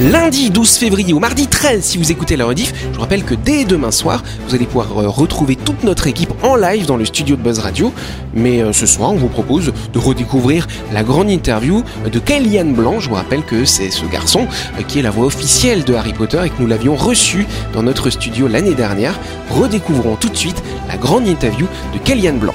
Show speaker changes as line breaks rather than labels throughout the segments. lundi 12 février au mardi 13 si vous écoutez la rediff. Je vous rappelle que dès demain soir, vous allez pouvoir euh, retrouver toute notre équipe en live dans le studio de Buzz Radio. Mais euh, ce soir, on vous propose de redécouvrir la grande interview de Kellyanne Blanc. Je vous rappelle que c'est ce garçon euh, qui est la voix officielle de Harry Potter et que nous l'avions reçu dans notre studio l'année dernière. Redécouvrons tout de suite la grande interview de Kellyanne Blanc.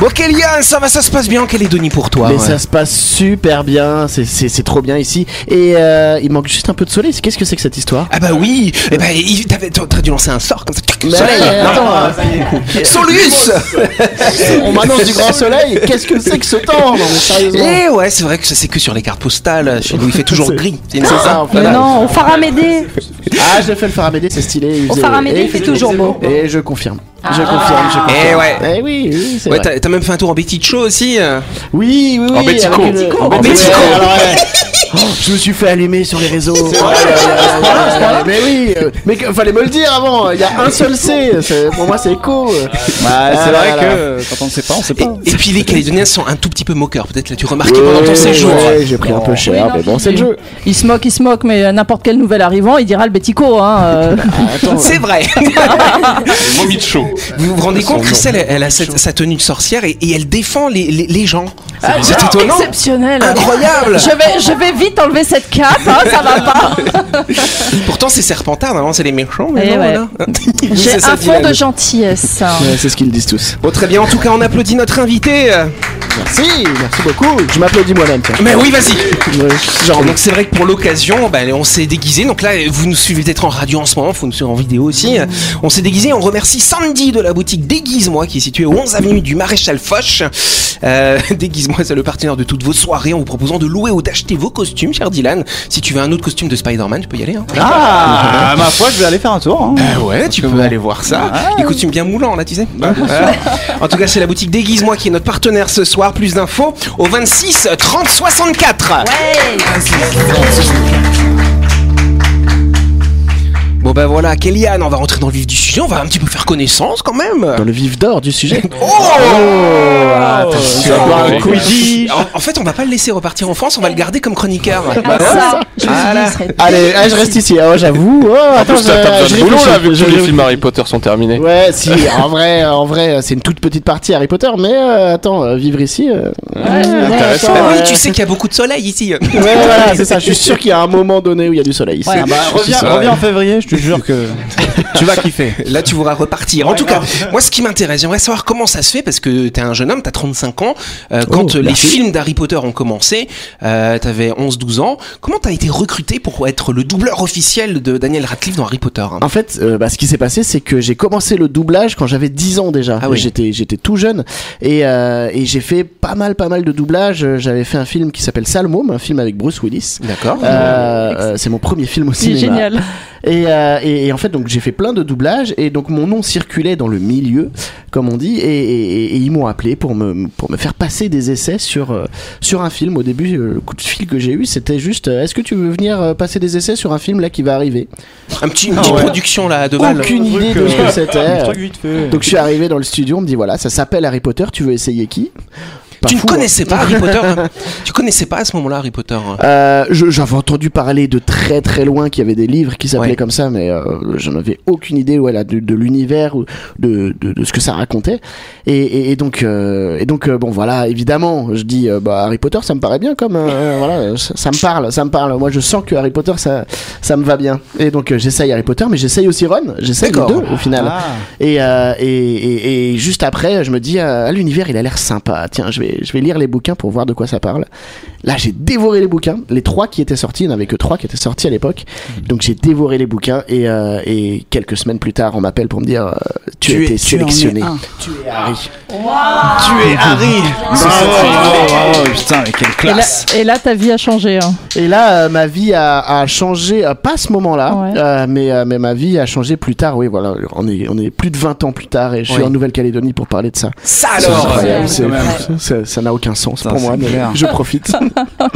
Bon, Kellyanne, ça va, ça se passe bien en Calédonie pour toi
Mais
ouais.
ça se passe super bien, c'est- c'est c'est trop bien ici. Et euh, il manque juste un peu de soleil, qu'est-ce que c'est que cette histoire
Ah bah oui Eh ben, il- t'avais- t'aurais dû lancer un sort comme ça.
Mais
Soleil
euh,
Non.
attends,
Solus
on m'annonce du grand soleil, qu'est-ce que c'est que ce temps non, mais Sérieusement
Eh ouais, c'est vrai que ça c'est que sur les cartes postales, chez nous il fait toujours
C'est-
gris.
c'est ça, en fait.
Mais non, au Faramédé.
Ah, j'ai fait le Faramédé, c'est stylé. il
Au
faisait-
Faramédé,
et
il fait toujours beau. Ah.
Et je confirme. Je confirme, je confirme.
Eh ouais.
Eh oui, oui, c'est
Ouais,
vrai.
t'as t'as même fait un tour en Betty Show aussi. euh.
Oui, oui, oui.
En Bético.
avec une-
En
Ouais,
Bético.
alors, ouais. Oh, je me suis fait allumer sur les réseaux. Ouais, ouais, ouais, ouais, Mais oui, euh, mais que- fallait me le dire avant. Il y a un seul C. c'est- Pour moi, c'est écho.
Bah,
Ah
c'est
là
vrai
là.
que euh, quand on ne sait pas, on ne sait
Et,
pas.
et puis les Calédoniens sont un tout petit peu moqueurs, peut-être l'as-tu remarqué pendant ton séjour.
Ouais, j'ai pris un peu cher,
Oui, non,
mais bon,
il-
c'est le jeu.
Il se moque, il se moque, mais n'importe quel nouvel arrivant, il dira le bético. Hein, euh.
Attends,
C'est vrai.
Mommy de chaud.
Vous vous rendez
Son
compte,
nom.
Christelle, elle, elle a cette- sa tenue de sorcière et, et elle défend les, les, les gens.
Ah,
C'est étonnant.
Exceptionnel.
Incroyable.
Je vais, je vais vite enlever cette cape, hein, ça va pas.
Pourtant c'est Serpentard, normalement c'est les méchants. mais
Eh ouais.
non, voilà. Nous,
J'ai
c'est ça
un
le
fond de
dilemme.
gentillesse.
Bah Ouais, c'est ce qu'ils disent tous.
Bon très bien, en tout cas on applaudit notre invité. euh.
Merci, merci beaucoup. Je m'applaudis moi-même. tiens.
Mais oui, vas-y.
Ouais, Genre,
Donc c'est vrai que pour l'occasion, ben, on s'est déguisé. Donc là, vous nous suivez peut-être en radio en ce moment, vous nous suivez en vidéo aussi. On s'est déguisé. On remercie Sandy de la boutique Déguise-moi qui est située au 11 avenue du Maréchal Foch. Euh, Déguise-moi, c'est le partenaire de toutes vos soirées en vous proposant de louer ou d'acheter vos costumes, cher Dylan. Si tu veux un autre costume de Spider-Man, tu peux y aller. Hein.
Ah, ma foi, je vais aller faire un tour. hein.
Ah ouais, tu peux aller voir ça. Les costumes bien moulants, là, tu sais. Voilà. En tout cas, c'est la boutique Déguise-moi qui est notre partenaire ce soir. Plus d'infos au 26 30 64. Bon ben voilà, Kéliane, on va rentrer dans le vif du sujet, on va un petit peu faire connaissance quand même.
dans le vif d'or du sujet. Oh,
Tu vas boire un
Et
Quidditch.
En, en fait, on va pas le laisser repartir en France, on va le garder comme chroniqueur.
Ah, ça, je me suis dit,
Voilà.
il serait-
Allez, ah, je reste ici. Ah ouais, j'avoue. Oh,
En
attends,
plus, t'as
je-
t'as
je
besoin de boulot
réfléchis.
là, vu que
Je-
tous les
je-
films Harry Potter sont terminés.
Ouais, si, en vrai, en vrai, c'est une toute petite partie Harry Potter, mais euh, attends, euh, vivre ici. euh, ouais,
intéressant.
attends,
Bah oui,
ouais.
tu sais qu'il y a beaucoup de soleil ici.
Ouais, voilà, c'est ça. Je suis sûr qu'il y a un moment donné où il y a du soleil ici.
Ouais, bah,
reviens-
ça,
reviens
ouais.
en février, je te jure que tu vas kiffer.
Là, tu voudras repartir. En tout cas, moi, ce qui m'intéresse, j'aimerais savoir comment ça se fait, parce que t'es un jeune homme, t'as 35 ans. Euh, quand
Oh,
euh, les
merci.
films d'Harry Potter ont commencé, euh, t'avais 11-12 ans. Comment t'as été recruté pour être le doubleur officiel de Daniel Radcliffe dans Harry Potter hein
En fait, euh, bah, ce qui s'est passé, c'est que j'ai commencé le doublage quand j'avais 10 ans déjà.
Ah oui.
J'étais j'étais tout jeune et, euh, et j'ai fait pas mal pas mal de doublages. Euh, J'avais fait un film qui s'appelle Salmôme, un film avec Bruce Willis.
D'accord.
Euh, euh, c'est mon premier film au
C'est
cinéma.
génial.
Et, euh, et, et en fait, donc j'ai fait plein de doublages et donc mon nom circulait dans le milieu, comme on dit, et, et- et- et ils m'ont appelé pour me pour me faire passer des essais sur euh, sur un film. Au début, euh, le coup de fil que j'ai eu, c'était juste, euh, est-ce que tu veux venir euh, passer des essais sur un film là qui va arriver
Un petit, une petite
ouais.
production là de balle.
Ah Aucune idée de ce que c'était.
c'était.
Donc je suis arrivé dans le studio, on me dit voilà, ça s'appelle Harry Potter, tu veux essayer qui Pas
Tu ne
fou, hein.
connaissais pas Harry Potter hein Tu connaissais pas à ce moment-là Harry Potter hein
Euh, je- J'avais entendu parler de très très loin qu'il y avait des livres qui s'appelaient
Ouais.
comme ça, mais euh, j'en avais aucune idée voilà, de, de l'univers ou de, de, de ce que ça racontait. Et, et, et donc, euh, et donc euh, bon voilà, évidemment, je dis euh, bah, Harry Potter, ça me paraît bien comme euh, euh, voilà, ça, ça me parle, ça me parle. Moi, je sens que Harry Potter, ça, ça me va bien. Et donc euh, j'essaye Harry Potter, mais j'essaye aussi Ron, j'essaye les
D'accord.
deux au final. Et, euh, et, et- et juste après, je me dis, euh, ah, l'univers, il a l'air sympa. Tiens, je vais, vais, je vais lire les bouquins pour voir de quoi ça parle. Là, j'ai dévoré les bouquins, les trois qui étaient sortis, il n'y en avait que trois qui étaient sortis à l'époque.
Hmm.
Donc j'ai dévoré les bouquins et, euh, et quelques semaines plus tard, on m'appelle pour me dire euh, tu, as
Tu
été
es- tu en es
sélectionné.
un.
Tu es Harry.
Tu es Harry Bravo, bravo, bravo Putain, mais quelle
Et là,
classe
et là, ta vie a changé. hein.
Et là, euh, ma vie a, a changé, euh, pas à ce moment-là,
Ouais.
euh, mais, euh, mais ma vie a changé plus tard. Oui, voilà, on est, on est plus de 20 ans plus tard et je suis
Oui.
en Nouvelle-Calédonie pour parler de ça.
Ça
C'est
alors
incroyable, c'est-
Quand même.
c'est- Ça n'a aucun sens
Putain,
pour moi,
c'est
mais
clair.
je profite.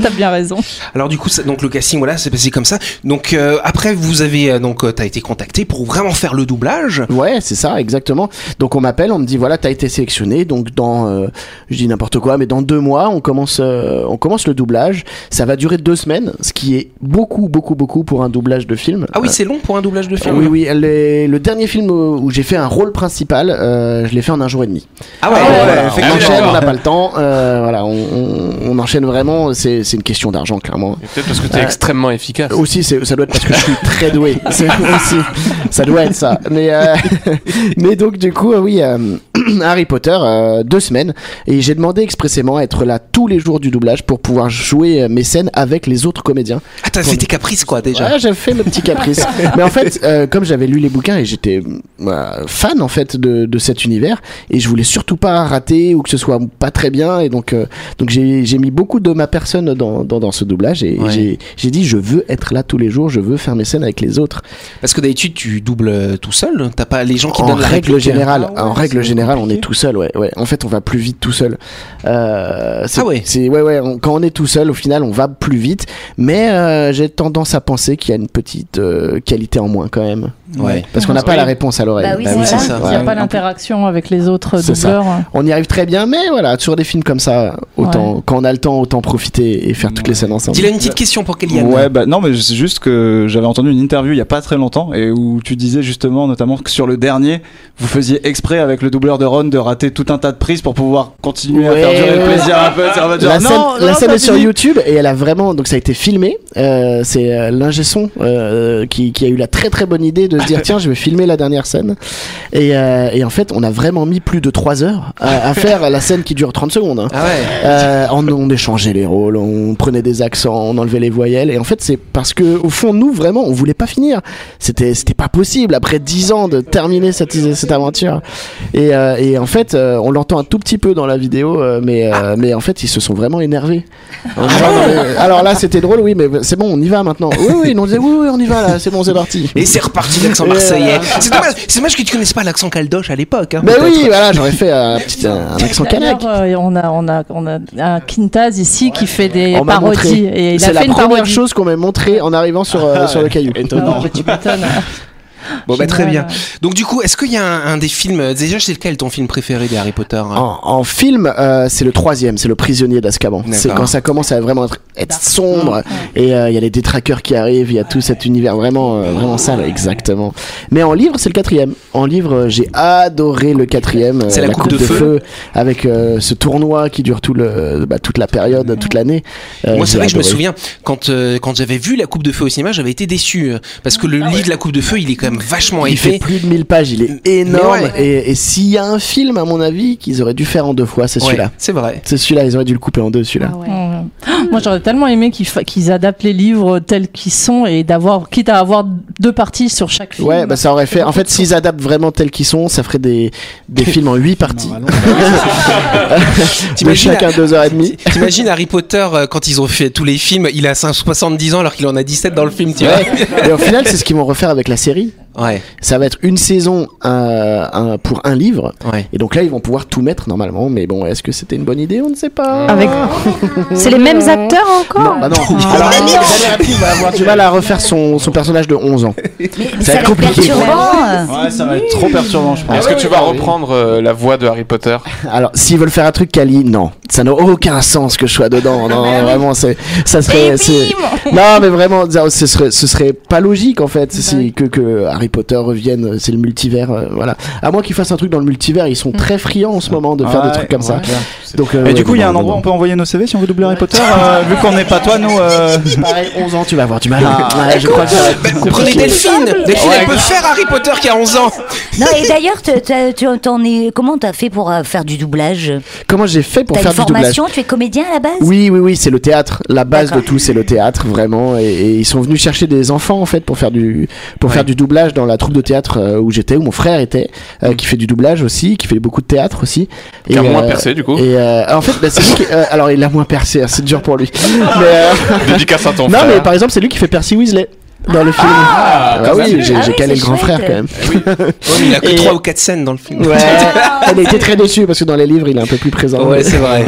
T'as bien raison.
Alors du coup, ça- donc le casting, voilà, c'est passé comme ça. Donc euh, après, vous avez euh, donc euh, t'as été contacté pour vraiment faire le doublage.
Ouais, c'est ça, exactement. Donc on m'appelle, on me dit voilà, t'as été sélectionné. Donc dans, euh, je dis n'importe quoi, mais dans deux mois, on commence, euh, on commence le doublage. Ça va durer deux semaines, ce qui est beaucoup, beaucoup, beaucoup pour un doublage de film.
Ah oui, c'est long pour un doublage de
Euh,
film.
oui, oui, les- le dernier film où où j'ai fait un rôle principal, euh, je l'ai fait en un jour et demi.
Ah ouais.
Ah ouais.
Voilà, on
effectivement.
enchaîne, on n'a pas le temps. euh, voilà, on, on- on enchaîne vraiment. C'est c'est une question d'argent, clairement.
Et Peut-être parce que t'es extrêmement efficace.
Aussi, c'est- ça doit être parce que je suis très doué. C'est aussi, ça doit être ça. Mais, euh, mais donc, du coup, euh, oui, euh, Harry Potter, euh, deux semaines. Et j'ai demandé expressément à être là tous les jours du doublage pour pouvoir jouer euh, mes scènes avec les autres comédiens.
Ah, t'as fait tes caprices quoi déjà.
Ouais, j'avais fait le petit caprice. Mais en fait, euh, comme j'avais lu les bouquins et j'étais euh, fan en fait de, de cet univers, et je voulais surtout pas rater ou que ce soit pas très bien, et donc euh, donc j'ai j'ai mis beaucoup de ma personne dans dans, dans ce doublage et
Ouais.
j'ai j'ai dit je veux être là tous les jours, je veux faire mes scènes avec les autres.
Parce que d'habitude, tu doubles euh, tout seul. T'as pas les gens qui
en
donnent la
règle
réplique.
générale,
Ah ouais,
en règle
c'est
générale, on
compliqué.
est tout seul, ouais, ouais. En fait, on va plus vite tout seul. Euh, c'est-
Ah ouais.
C'est ouais, ouais. on- quand on est tout seul, au final, on va plus vite. Mais euh, j'ai tendance à penser qu'il y a une petite euh, qualité en moins quand même.
Ouais.
Parce qu'on n'a pas la réponse à l'oreille.
Bah oui,
Bah oui,
c'est
c'est
ça.
ça.
Il n'y a
Ouais.
pas l'interaction avec les autres
C'est ça.
doubleurs.
On y arrive très bien, mais voilà, sur des films comme ça, autant quand on a le temps, autant profiter et faire toutes les scènes ensemble.
Il a une petite question pour Kellyanne.
Ouais, bah non, mais c'est juste que j'avais entendu une interview il y a pas très longtemps et où tu disais justement, notamment que sur le dernier, vous faisiez exprès avec le doubleur de Ron de rater tout un tas de prises pour pouvoir continuer à
Ouais,
faire durer
ouais.
le plaisir un peu. Ça va dire,
La
non,
scène,
non,
la scène
pas
est sur
fini.
YouTube et elle a vraiment donc ça a été filmé. Euh, c'est euh, l'ingé son euh, qui, qui a eu la très très bonne idée de se dire tiens je vais filmer la dernière scène et, euh, et en fait on a vraiment mis plus de 3 heures à, à faire la scène qui dure 30 secondes. hein.
Ah ouais.
Euh, on, on échangeait les rôles, on prenait des accents, on enlevait les voyelles. Et en fait, c'est parce que, au fond, nous, vraiment, on voulait pas finir. C'était, c'était pas possible après 10 ans de terminer cette, cette aventure. Et, euh, et en fait, euh, on l'entend un tout petit peu dans la vidéo, euh, mais, euh, mais en fait, ils se sont vraiment énervés. En disant, non, mais- alors là, c'était drôle, oui, mais c'est bon, on y va maintenant. Oui, oui, on disait, oui, oui, on y va là, c'est bon, c'est parti.
Et c'est reparti l'accent
Et, euh,
marseillais. C'est dommage, c'est dommage que tu connaisses pas l'accent caldoche à l'époque. Hein,
Mais
peut-être.
oui, voilà, j'aurais fait euh, un, petit, un accent
D'ailleurs,
kanak.
euh, on, a, on, a, on a un Quintaz ici qui fait des
On m'a montré.
parodies. Et il a
C'est
fait
la
une
première
parodie.
chose qu'on m'a montré en arrivant sur, euh,
Ah,
sur le caillou.
Non, mais Bah tu m'étonnes. hein.
Bon bah très bien.
Génial.
Donc du coup, est-ce qu'il y a un, un des films euh, déjà c'est lequel ton film préféré des Harry Potter hein
En, en film, euh, c'est le troisième, c'est le prisonnier d'Azkaban.
D'accord.
C'est quand ça commence à vraiment être, être sombre et euh, il y a les détraqueurs qui arrivent, il y a tout cet univers vraiment, euh, vraiment sale, exactement. Mais en livre, c'est le quatrième. En livre, euh, j'ai adoré le quatrième. euh,
C'est la coupe de feu.
avec euh, ce tournoi qui dure tout le, bah, toute la période, toute l'année. Euh,
Moi, c'est
j'ai
vrai que je me
adoré.
souviens quand euh, quand j'avais vu la Coupe de Feu au cinéma, j'avais été déçu euh, parce que le livre de la Coupe de Feu, il est quand même vachement
Il fait
épais.
plus de 1000 pages, il est énorme.
ouais.
Et, et s'il y a un film, à mon avis, qu'ils auraient dû faire en deux fois, c'est
Ouais,
celui-là.
c'est vrai.
C'est celui-là, ils auraient dû le couper en deux, celui-là.
Ah ouais.
Mm. Moi, j'aurais tellement aimé qu'ils fa- qu'ils adaptent les livres tels qu'ils sont et d'avoir, quitte à avoir deux parties sur chaque film.
Ouais, bah ça aurait fait. En fait, s'ils adaptent vraiment tels qu'ils sont, ça ferait des, des films en 8
Ah,
parties.
bah
de
T'imagines
chacun 2h30.
T'imagines Harry Potter euh, quand ils ont fait tous les films, il a 5 70 ans alors qu'il en a 17 dans le film, tu vois.
Et au final, c'est ce qu'ils vont refaire avec la série.
Ouais,
Ça va être une saison euh, un- pour un livre.
ouais.
Et donc là, ils vont pouvoir tout mettre normalement. Mais bon, est-ce que c'était une bonne idée On ne sait pas.
Avec-
C'est les mêmes acteurs encore
Non, bah non.
Ah,
Alors, Daniel Radcliffe va avoir du mal à refaire son, son personnage de 11 ans.
Mais
Ça va
ça a
être
l'air
compliqué.
perturbant.
Ouais, ça va être trop perturbant, je pense.
Est-ce que tu vas
oui.
reprendre euh, la voix de Harry Potter
Alors, s'ils veulent faire un truc Kali, non. Ça n'a aucun sens que je sois dedans.
Ah
Non,
bah
vraiment, c'est, ça serait, c'est- non, mais vraiment, ça- ce serait, ce serait pas logique en fait si, que, que Harry Harry Potter reviennent, c'est le multivers, euh, voilà. À moins qu'ils fassent un truc dans le multivers, ils sont
Mm.
très friands en ce moment de faire des trucs comme ça. Donc, euh,
Et du
ouais,
coup, il y a un
non, non,
endroit où on
non.
peut envoyer nos CV si on veut doubler Harry Potter, euh, vu qu'on n'est pas toi, nous. euh,
Pareil, 11 ans, tu vas avoir du mal.
Ah,
Ouais, je crois que ça va être
ben,
Prenez
compliqué.
Bah, Delphine Delphine, elle peut faire Harry Potter qui a 11 ans
Non, et d'ailleurs, te- t'as- tu en es, comment t'as fait pour euh, faire du doublage
Comment j'ai fait pour
T'as
faire
une
du doublage
formation, tu es comédien à la base
Oui, oui, oui, c'est le théâtre. La base de
D'accord.
tout, c'est le théâtre, vraiment. Et, et ils sont venus chercher des enfants, en fait, pour faire du, pour faire du doublage dans la troupe de théâtre euh, où j'étais, où mon frère était, euh, qui fait du doublage aussi, qui fait beaucoup de théâtre aussi. Et,
Car moins
euh,
percé, du coup.
Et euh, en fait, bah, c'est lui qui. euh, alors, il a moins percé, hein, c'est dur pour lui. Mais, euh,
Dédicace à ton
non, mais
frère.
par exemple, c'est lui qui fait Percy Weasley dans le film. Ah,
quand
oui,
même.
j'ai
Ah
j'ai
oui,
calé
c'est
le grand
chouette.
frère quand même.
Il a que
Et-
3 ou 4 scènes dans le film.
Ouais, elle a été très déçue parce que dans les livres, il est un peu plus présent.
Ouais, c'est vrai.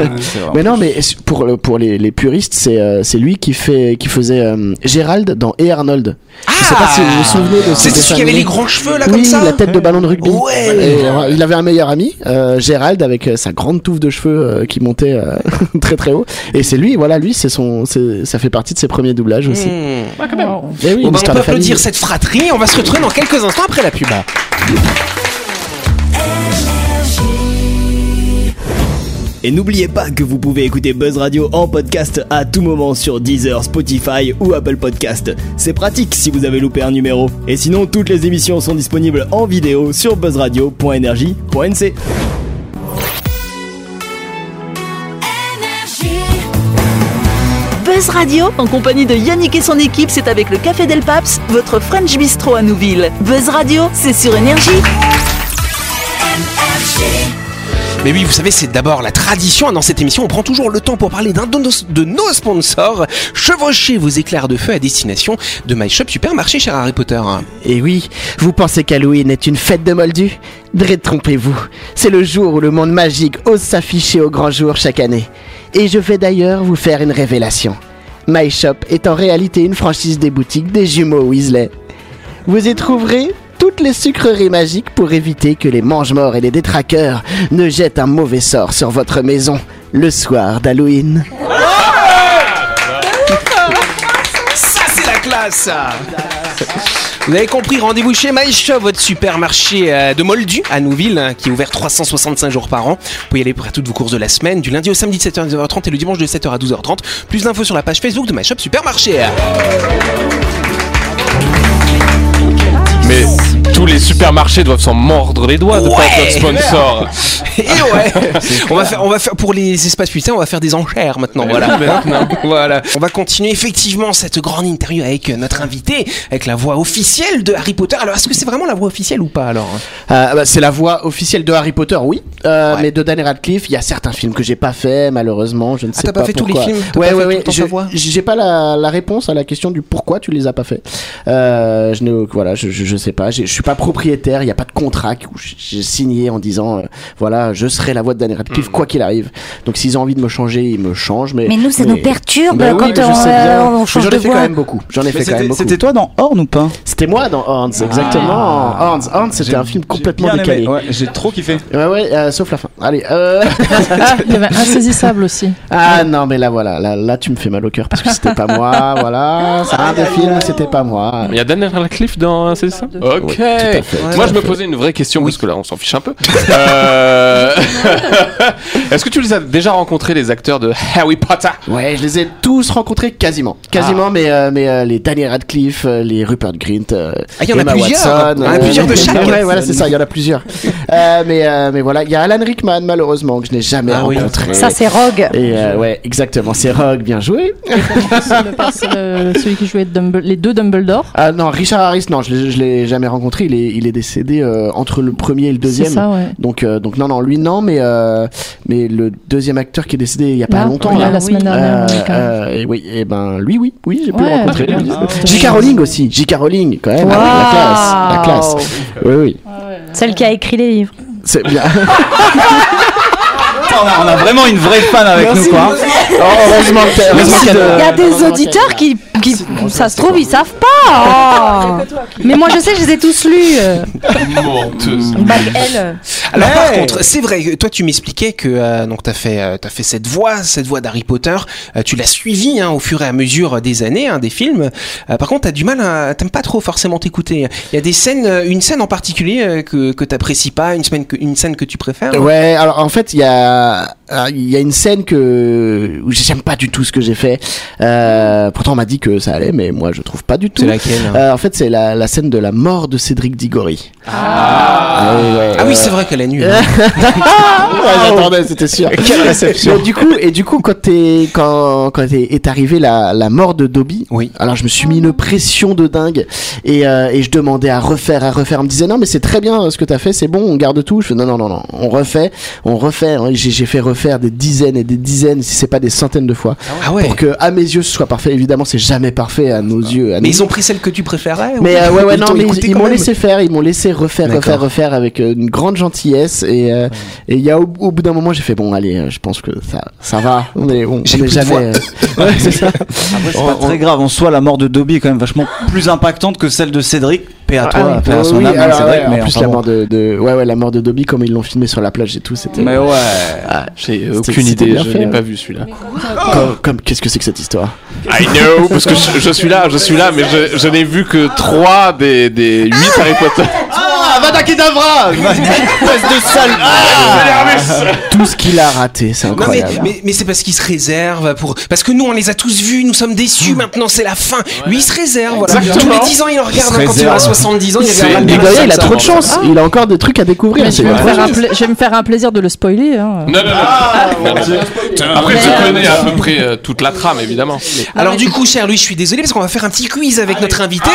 Mais non, mais pour, le- pour les, les puristes, c'est euh, c'est lui qui, fait, qui faisait euh, Gérald dans Et Arnold. Je sais pas si vous vous souvenez de ce
Ah C'est
dessin
celui qui avait
animé.
les grands cheveux là
oui,
comme ça
la tête de ballon de rugby.
Ouais.
Et, euh, il avait un meilleur ami, euh, Gérald, avec euh, sa grande touffe de cheveux euh, qui montait euh, très très haut. Et c'est lui, voilà, lui, c'est son, c'est- ça fait partie de ses premiers doublages aussi.
Hmm.
Oh.
Et oui,
Bon,
une
bah,
histoire
on peut
de famille.
applaudir cette fratrie. On va se retrouver dans quelques instants après la pub.
Et n'oubliez pas que vous pouvez écouter Buzz Radio en podcast à tout moment sur Deezer, Spotify ou Apple Podcast. C'est pratique si vous avez loupé un numéro. Et sinon, toutes les émissions sont disponibles en vidéo sur buzzradio.energie.nc.
Buzz Radio, en compagnie de Yannick et son équipe, c'est avec le Café Del Paps, votre French Bistro à Nouville. Buzz Radio, c'est sur Énergie.
Mais oui, vous savez, c'est d'abord la tradition. Dans cette émission, on prend toujours le temps pour parler d'un de nos, de nos sponsors. Chevauchez vos éclairs de feu à destination de My Shop Supermarché, cher Harry Potter.
Et oui, vous pensez qu'Halloween est une fête de moldus Détrompez-vous. C'est le jour où le monde magique ose s'afficher au grand jour chaque année. Et je vais d'ailleurs vous faire une révélation. My Shop est en réalité une franchise des boutiques des jumeaux Weasley. Vous y trouverez toutes les sucreries magiques pour éviter que les mange-morts et les détraqueurs ne jettent un mauvais sort sur votre maison le soir d'Halloween.
Ça, c'est la classe Vous avez compris, rendez-vous chez My Shop, votre supermarché euh, de Moldu à Nouville, hein, qui est ouvert 365 jours par an. Vous pouvez y aller pour toutes vos courses de la semaine, du lundi au samedi de 7h à 19h30 et le dimanche de 7h à 12h30. Plus d'infos sur la page Facebook de My Shop Supermarché.
Mais tous les supermarchés doivent s'en mordre les doigts de pas être notre sponsor.
Et Ah, ouais, on va faire, on va faire pour les espaces publics, on va faire des enchères maintenant. Voilà, voilà. On va continuer effectivement cette grande interview avec euh, notre invité, avec la voix officielle de Harry Potter. Alors, est-ce que c'est vraiment la voix officielle ou pas alors
Euh, bah, c'est la voix officielle de Harry Potter, oui. Euh,
Ouais.
Mais de Daniel Radcliffe, il y a certains films que j'ai pas fait, malheureusement. Je ne sais
Ah, t'as pas fait tous les
pourquoi.
films T'as
Ouais,
pas
ouais,
fait
ouais.
tout le temps
je-
ta voix
J'ai pas la, la réponse à la question du pourquoi tu les as pas fait. Euh, je ne, voilà, je, je, je sais pas. J'ai- Je suis pas propriétaire. Il y a pas de contrat où j'ai- j'ai signé en disant, euh, voilà, je serai la voix de Daniel Radcliffe
Mm.
quoi qu'il arrive. Donc s'ils ont envie de me changer, ils me changent. Mais,
Mais nous, ça nous perturbe
Bah oui,
quand
mais je
on,
sais bien.
euh, on
Mais
change
J'en
de
ai fait quand
voix.
même beaucoup. J'en ai
mais
fait quand
c'était-
même beaucoup.
C'était toi dans Horn ou pas
C'était moi dans Hans,
Ah.
exactement. Hans, Hans, c'était un film complètement
Bien aimé,
décalé.
ouais, J'ai trop kiffé.
Ouais, ouais, euh, sauf la fin. Allez, euh...
Ah, il y avait Insaisissable aussi.
Ah non, mais là voilà, là, là, tu me fais mal au cœur parce que c'était pas moi, voilà. C'est un des films, c'était pas moi.
Il y a Daniel Radcliffe dans c'est ça Ok. Moi, je me posais une vraie question parce que là, on s'en fiche un peu. Euh, Est-ce que tu les as déjà rencontrés les acteurs de Harry Potter
Ouais, je les ai tous rencontrés quasiment, quasiment,
Ah.
mais euh, mais euh, les Daniel Radcliffe, euh, les Rupert Grint, euh,
Ah, il y en a
Emma
plusieurs.
Watson, euh,
Il y en a plusieurs de chaque.
Ouais, voilà, c'est ça, il y en a plusieurs. Euh, mais euh, mais voilà, il y a Alan Rickman malheureusement que je n'ai jamais
Ah oui.
rencontré.
Ça, c'est Rogue.
Et euh, ouais, exactement, c'est Rogue, bien joué.
C'est le perso- euh, celui qui jouait Dumble- les deux Dumbledore.
Ah non, Richard Harris, non, je l'ai- je l'ai jamais rencontré. Il est il est décédé euh, entre le premier et le
C'est
deuxième.
ça, ouais.
Donc, euh, donc non, non, lui non, mais, euh, mais le deuxième acteur qui est décédé il y a pas
Là,
longtemps.
là,
là.
Ah, la semaine dernière.
Euh,
ouais, quand même.
euh, et oui, et ben lui, oui, oui, j'ai pu
Ouais,
le rencontrer.
très bien.
J.K. Rowling aussi, J.K. Rowling quand même, la classe, la classe. Oui, oui,
Celle qui a écrit les livres.
c'est bien.
Putain, on, a, on a vraiment une vraie fan avec nous, quoi.
Oh, heureusement que t'as- heureusement
Merci
qu'elle-
de-
Il y a des
heureusement qu'elle est
auditeurs
là.
qui qui- ça se trouve, ils savent
hein.
pas. oh. Mais moi, je sais, je les ai tous lus. euh,
Menteuse.
Bac L.
Alors par
Hey
contre, c'est vrai, que toi tu m'expliquais que euh, donc t'as fait euh, t'as fait cette voix, cette voix d'Harry Potter, euh, tu l'as suivie hein, au fur et à mesure des années, hein, des films. Euh, par contre, t'as du mal, à- t'aimes pas trop forcément t'écouter. Il y a des scènes, euh, une scène en particulier euh, que que t'apprécies pas, une semaine que une scène que tu préfères.
Ouais, alors en fait, il y a alors, il y a une scène que où j'aime pas du tout ce que j'ai fait. Euh, pourtant, on m'a dit que ça allait, mais moi, je trouve pas du tout.
C'est laquelle hein
Euh, en fait, c'est la, la scène de la mort de Cédric Diggory. Ah,
Ah oui, c'est vrai qu'elle est nulle. hein.
Euh, J'attendais, c'était sûr.
Quelle réception.
Mais du coup, et du coup, quand t'es quand quand est, est arrivée la, la mort de Dobby,
Oui.
Alors je me suis mis une pression de dingue et, euh, et je demandais à refaire, à refaire. On me disait non mais c'est très bien euh, ce que t'as fait, c'est bon, on garde tout. Je fais non non non non, on refait, on refait. hein. J'ai j'ai fait refaire des dizaines et des dizaines, si c'est pas des centaines de fois,
Ah ouais.
pour que à mes yeux ce soit parfait. Évidemment c'est jamais parfait à nos yeux. à
Mais
nous.
ils ont pris celle que tu préférais. ou-
Mais euh, ouais, ouais,
Ils
non,
t'ont
mais
écouté
ils, ils
quand
m'ont
même
laissé faire, ils m'ont laissé refaire,
D'accord.
refaire, refaire avec euh, une grande gentillesse. Et euh, et il y a au, au bout d'un moment, j'ai fait bon, allez, euh, je pense que ça, ça va. On est, on,
J'ai
on est
plus de voix.
jamais. euh, ouais, c'est ça.
Après, c'est pas très grave. En soi, la mort de Dobby est quand même vachement plus impactante que celle de Cédric. Paix à toi, paix à
Euh,
son
oui,
âme, hein,
alors,
Cédric.
ouais,
mais
en plus
enfin
la
bon.
mort de, de- ouais, ouais, la mort de Dobby, comme ils l'ont filmé sur la plage et tout, c'était.
Mais ouais.
J'ai euh,
C'était-
aucune
c'était
idée,
bien
je
fait,
n'ai
ouais.
pas vu celui-là.
Comme, comme- qu'est-ce que c'est que cette histoire
I know, parce que je, je suis là, je suis là, mais je, je n'ai vu que 3 des, des 8 Harry Potter.
Ah, Vada Kedavra Espèce de sale.
Tout ce qu'il a raté, c'est
Non, mais,
incroyable.
mais, mais c'est parce qu'ils se réservent pour. Parce que nous, on les a tous vus, nous sommes
Hmm.
déçus, maintenant c'est la fin. Lui, il se réserve, voilà.
Exactement.
Tous les 10 ans, il en regarde.
se
hein, quand il aura
réserve.
70 ans, il
C'est-
regarde.
Mais
mais
d'ailleurs, il a
ça,
trop de
ça,
chance. Il a encore des trucs à découvrir.
Mais je,
c'est
vais me
vrai.
faire un pla- je vais me faire un plaisir de le spoiler. hein.
Non, non, non. Ah, Après, tu connais à peu près euh, toute la trame, évidemment.
Alors, du coup, cher Louis, je suis désolé parce qu'on va faire un petit quiz avec notre invité.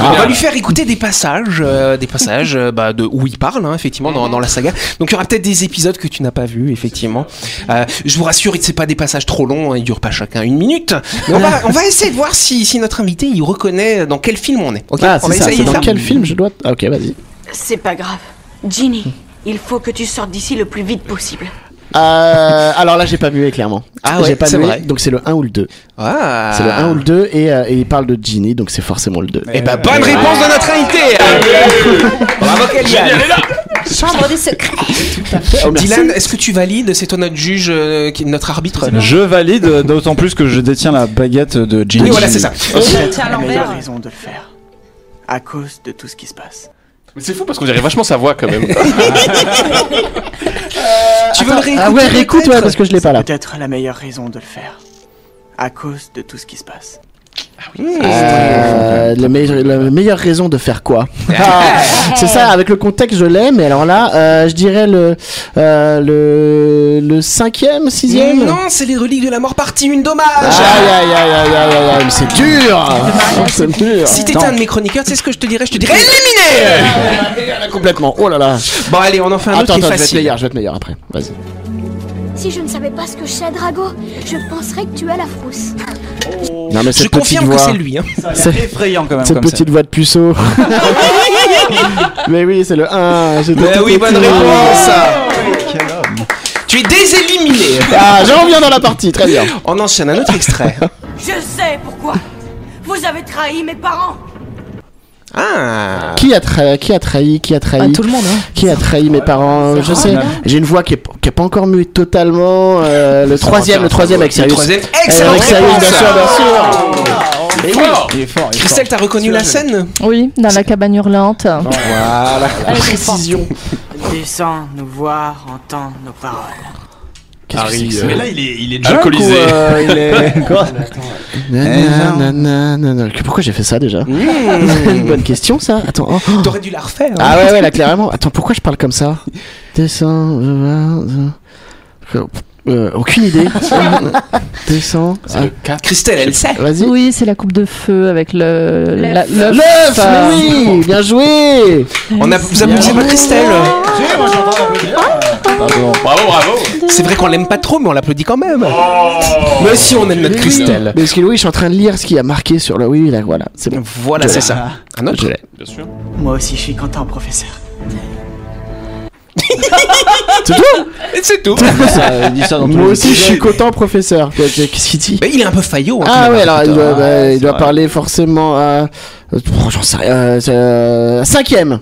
on va lui faire écouter des passages, euh, des passages euh, bah, de où il parle, hein, effectivement, dans, dans la saga. Donc, il y aura peut-être des épisodes que tu n'as pas vus, effectivement. Euh, je vous rassure, c'est pas des passages trop longs, hein, ils durent pas chacun une minute. Mais on va, on va essayer de voir si, si notre invité il reconnaît dans quel film on est. Ok,
Ah,
on
c'est
va
ça.
essayer
C'est
de
dans
faire.
quel film je dois Ah, Ok, vas-y.
C'est pas grave. Ginny, il faut que tu sortes d'ici le plus vite possible.
Euh, alors là, j'ai pas mué clairement.
Ah ouais,
j'ai pas
c'est
mué,
vrai.
Donc c'est le 1 ou le 2.
Ah.
C'est le 1 ou le 2 et, euh, et il parle de Ginny, donc c'est forcément le Euh, 2.
Eh ben, bonne réponse de notre invité Bravo, Kélian
Chambre des secrets.
Dylan, est-ce que tu valides C'est toi notre juge, euh, qui est notre arbitre
Je valide, euh, d'autant plus que je détiens la baguette de Ginny.
Oui, voilà, c'est ça.
à
la
l'envers.
meilleure raison de le faire. À cause de tout ce qui se passe.
Mais c'est fou parce qu'on dirait vachement sa voix quand même.
Tu veux le réécouter
Ah ouais, réécoute, ouais,
peut-être
parce que je l'ai pas là.
Peut-être la meilleure raison de le faire. À cause de tout ce qui se passe.
Euh, la, meilleure, la meilleure raison de faire quoi Ah, C'est ça, avec le contexte, je l'ai, mais alors là, euh, je dirais le, euh, le, le cinquième, sixième Ah
Non, c'est les reliques de la mort partie une dommage
Aïe aïe aïe aïe aïe aïe, aïe, mais c'est dur C'est dur
Si t'étais un de mes chroniqueurs, tu sais ce que je te dirais Je te dirais éliminé
Complètement, oh là là
Bon, allez, on en fait un autre
Attends, attends,
qui est
je vais être
facile.
meilleur, je vais être meilleur après, vas-y.
Si je ne savais pas ce que je sais, Drago, je penserais que tu as la frousse.
Non mais
Je
cette petite
confirme que
voix,
c'est lui. hein.
C'est effrayant quand même.
cette
Comme ça.
petite voix de puceau Mais oui, c'est le 1
Mais oui, bonne réponse Tu es déséliminé
Ah, je reviens dans la partie, très bien
On enchaîne un autre extrait.
Je sais pourquoi. Vous avez trahi mes parents.
Ah
Qui a, trahi qui a trahi Qui a trahi
Ah, tout le monde. hein.
Qui a trahi mes parents Je sais. J'ai une voix qui est, p- qui est pas encore muée totalement. euh, le troisième, le troisième avec
Le
Sirius.
troisième,
Euh,
excellente
avec Sirius, bien sûr, bien
réponse
sûr.
Et oui.
Il est fort, il est
Christelle, t'as reconnu la scène
Oui, dans la cabane hurlante.
Voilà. Précision.
Descends nous voir, entends nos paroles.
Harry, euh,
Mais là, il est, il est déjà.
alcoolisé.
Ou, euh, il est. Quoi
Nananananana. Que- Pourquoi j'ai fait ça déjà Une bonne question ça. Attends. oh, oh.
Hmm. T'aurais dû la refaire.
Ah ouais ouais là clairement. Attends pourquoi je parle comme ça Descends. euh, euh, euh, aucune idée. Descends. ah,
Christelle, elle sait.
Vas-y.
Oui, c'est la coupe de feu avec le. la- l'œuf.
L'œuf,
Euh,
mais oui, bien joué.
On a, vous applaudissez pas Christelle
Ah,
Bravo, bravo.
C'est vrai qu'on l'aime pas trop, mais on l'applaudit quand même.
Oh.
Mais si, on aime notre Christelle.
Mais parce que oui, je suis en train de lire ce qu'il y a marqué sur le. Oui, là, voilà, c'est bon.
Voilà, c'est ça. Un autre
Je l'ai.
Bien sûr.
Moi aussi, je suis content, professeur.
C'est tout
C'est tout. Bah,
Ça, il dit ça dans tous
Moi
les
aussi, je suis
épisodes.
content professeur. quoi. Qu'est-ce qu'il dit
Il est un peu faillot. hein,
Ah
quand
ouais,
même,
alors il
putain.
doit, bah, il
c'est
doit
vrai.
parler forcément à. euh, oh, J'en sais rien. euh, c'est, euh, cinquième.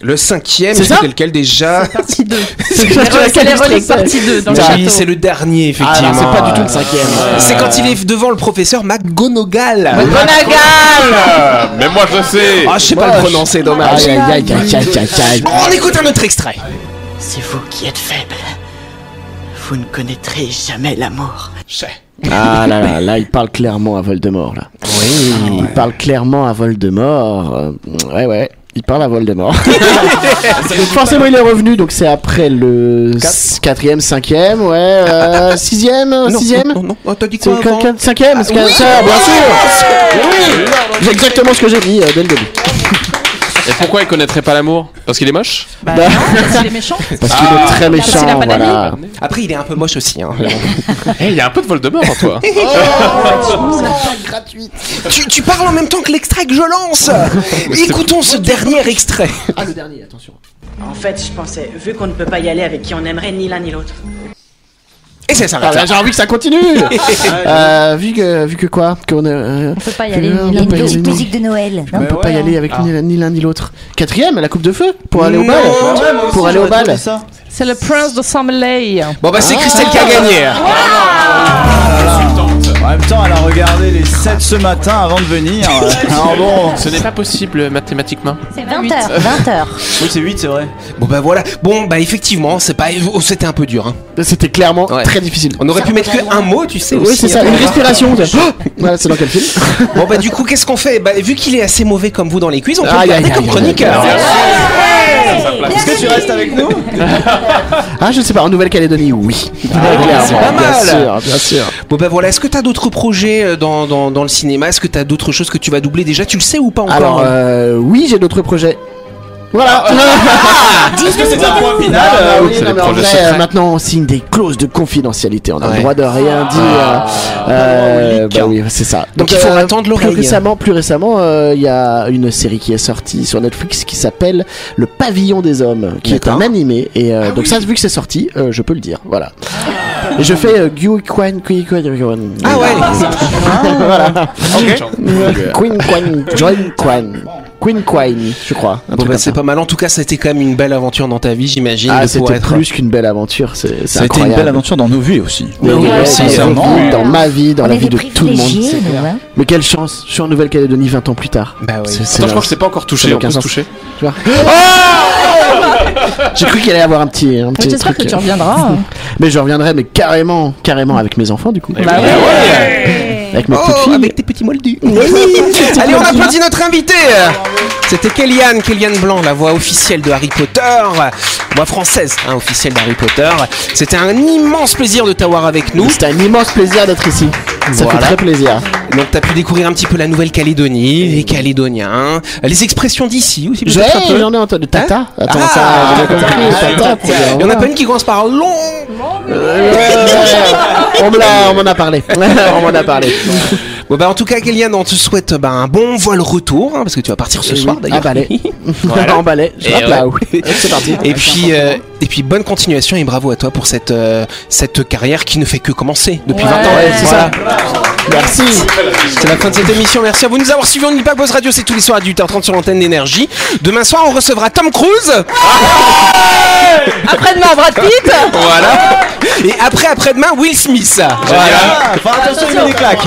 Le cinquième,
C'est ça
c'était lequel déjà
Partie 2.
C'est quand tu
C'est
as
les
calculé
relais
ça.
partie 2 dans le
Oui,
château.
c'est le dernier,
Ah,
effectivement.
non, c'est pas du tout le cinquième.
C'est quand il est devant le professeur McGonagall.
McGonagall Mais moi je sais
Ah, je sais pas le prononcer, dommage.
Aïe, aïe, aïe, aïe, aïe, aïe, aïe.
Bon, on écoute un autre extrait.
C'est vous qui êtes faible. Vous ne connaîtrez jamais l'amour.
Ah là là, là, il parle clairement à Voldemort là. Oui. Il parle clairement à Voldemort. euh, Ouais ouais. Il parle à Voldemort.
Ah,
Donc forcément il est revenu, donc c'est après le s- quatrième, cinquième, ouais, euh, sixième,
Non,
sixième.
non, non, non, t'as dit
C'est
quoi
quin-
avant
quin- cinquième, c'est quin-
oui,
ça, bien
oui,
sûr. Ah, Oui, c'est exactement ce que j'ai dit euh, dès le début.
Et pourquoi il connaîtrait pas l'amour Parce qu'il est moche
Bah,
Bah.
non, parce qu'il est méchant.
Ah. Parce qu'il est très
parce qu'il a
méchant,
pas d'amis.
voilà.
Après, il est un peu moche aussi. hein.
Eh, il y a un peu de Voldemort en toi
tu, tu parles en même temps que l'extrait que je lance. Écoutons ce dernier extrait.
Ah le dernier, attention.
En fait, je pensais, vu qu'on ne peut pas y aller avec qui on aimerait ni l'un ni l'autre.
Et c'est ça.
Ah, bah, j'ai envie que ça continue. Euh, vu que vu que quoi qu'on euh,
On peut pas y
que-
aller,
on
il y a
peut
une
pas y
petite
aller,
musique de Noël.
On
Bah
peut pas y aller avec ni l'un- ni l'un ni l'autre. Quatrième, la coupe de feu pour aller au
hein. Non.
bal.
Ah,
Ouais, moi aussi,
pour aller au
j'aurais
bal.
trouvé
C'est le prince de Samley.
Bon, bah, c'est
Ah.
Christelle qui a gagné.
En même temps, elle a regardé les 7 ce matin avant de venir. Euh,
Ah
Alors bon,
Ce n'est pas possible mathématiquement.
C'est 20h, 20h.
oui, c'est 8, c'est vrai.
Bon, bah voilà. Bon, bah, effectivement, c'est pas... oh, c'était un peu dur. hein.
C'était clairement
Ouais.
très difficile.
On aurait pu mettre que un mot, tu sais.
Oui,
aussi,
c'est ça,
hein.
une respiration. c'est- Oh voilà, c'est dans quel film
Bon, bah, du coup, qu'est-ce qu'on fait bah, Vu qu'il est assez mauvais comme vous dans les quiz, on peut
Aïe,
le
aïe,
garder
aïe,
comme
aïe,
chroniqueur.
aïe,
Est-ce que tu restes avec nous
Ah, je sais pas, en Nouvelle-Calédonie, oui.
Ah, c'est pas mal.
Bien sûr, bien sûr.
Bon, bah voilà. Est-ce que t'as d'autres projets euh, dans, dans, dans le cinéma Est-ce que t'as d'autres choses que tu vas doubler déjà Tu le sais ou pas encore
Alors, euh, oui, j'ai d'autres projets. Voilà.
Ah,
Est-ce que c'est un point final
Ah,
euh,
oui,
c'est
non,
les
mais en
projets
vrai,
secrets.
euh, maintenant on signe des clauses de confidentialité, on a
Ouais.
le droit de rien dire. euh, euh, bah oui, c'est ça.
Donc, il faut
euh,
attendre
plus
l'oreille.
récemment, plus récemment, euh, il y a une série qui est sortie sur Netflix qui s'appelle Le Pavillon des Hommes, qui est
D'accord.
un animé. Et euh, donc ça, vu que c'est sorti, euh, je peux le dire. Voilà. Et je fais euh, Gyu Kwan Kui Kwan.
Ah ouais
voilà.
Ok.
Queen Kwan, Join Kwan, Queen Kwan, je crois. un
Bon,
truc
bah,
comme
c'est
ça.
pas mal. En tout cas, ça a été quand même une belle aventure dans ta vie, j'imagine.
Ah,
de pouvoir
c'était
être-
plus qu'une belle aventure, c'est c'est
Ça a été une belle
incroyable.
aventure dans nos vies aussi.
Mais
Oui,
ouais,
oui,
dans
sincèrement,
ma vie,
oui.
Dans ma vie, dans
On
la
est
vie
des
de tout le monde.
privilégiés,
c'est
nous,
clair.
hein.
Mais quelle chance, je suis en Nouvelle-Calédonie 20 ans plus tard.
Bah oui.
C'est- c'est
Attends, je
la-
crois que je t'ai pas encore
Ça
touché,
n'a
on peut
aucun
se
sens.
toucher.
tu vois. J'ai cru qu'il allait y avoir un petit, un petit
J'espère
truc.
que tu reviendras. hein.
Mais je reviendrai, mais carrément, carrément avec mes enfants du coup.
Bah ouais.
Avec mes petites
Oh, ah,
filles.
avec tes petits moldus.
Mmh.
Allez, on applaudit notre invité. C'était Kellyanne, Kellyanne Blanc, la voix officielle de Harry Potter, voix française, hein, officielle d'Harry Potter. C'était un immense plaisir de t'avoir avec nous.
C'était un immense plaisir d'être ici. Ça
Voilà.
fait très plaisir.
Donc, t'as pu découvrir un petit peu la Nouvelle-Calédonie, les Calédoniens, les expressions d'ici aussi.
Je-
peut-être un peu.
J'en ai entendu tata. Attends,
Ah.
ça, j'ai bien compris, tata, pour dire au
Il y en a
revoir.
pas une qui commence par long.
Ouais. Euh, On me l'a- on m'en a parlé. on m'en a parlé.
Bon, bah, en tout cas, Kellyanne, on te souhaite bah, un bon voile retour, hein, parce que tu vas partir ce soir d'ailleurs.
Ah balai.
Voilà.
En balai. Je
Et
hop là,
ouais.
oui. C'est parti.
Et puis, euh, et puis bonne continuation et bravo à toi pour cette, euh, cette carrière qui ne fait que commencer depuis
Ouais.
20 ans.
Ouais,
c'est
c'est
ça.
Merci.
C'est la fin de cette émission. Merci à vous de nous avoir suivis. On ne dit pas Buzz Radio, c'est tous les soirs à 18h30 sur l'antenne d'énergie. Demain soir, on recevra Tom Cruise.
Après-demain, Brad Pitt
Voilà. Et après, après-demain, Will Smith. Voilà.
Ah, Enfin, attention, il y a des claques.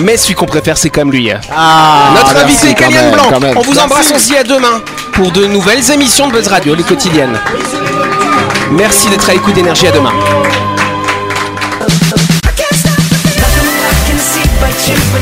Mais celui qu'on préfère, c'est quand même lui. hein.
Ah,
Notre
merci
invité,
quand
Kellyanne
même,
Blanc.
quand même.
On vous
Merci.
embrasse, on se dit à demain pour de nouvelles émissions de Buzz Radio, les quotidiennes. Merci d'être à l'écoute d'énergie. À demain.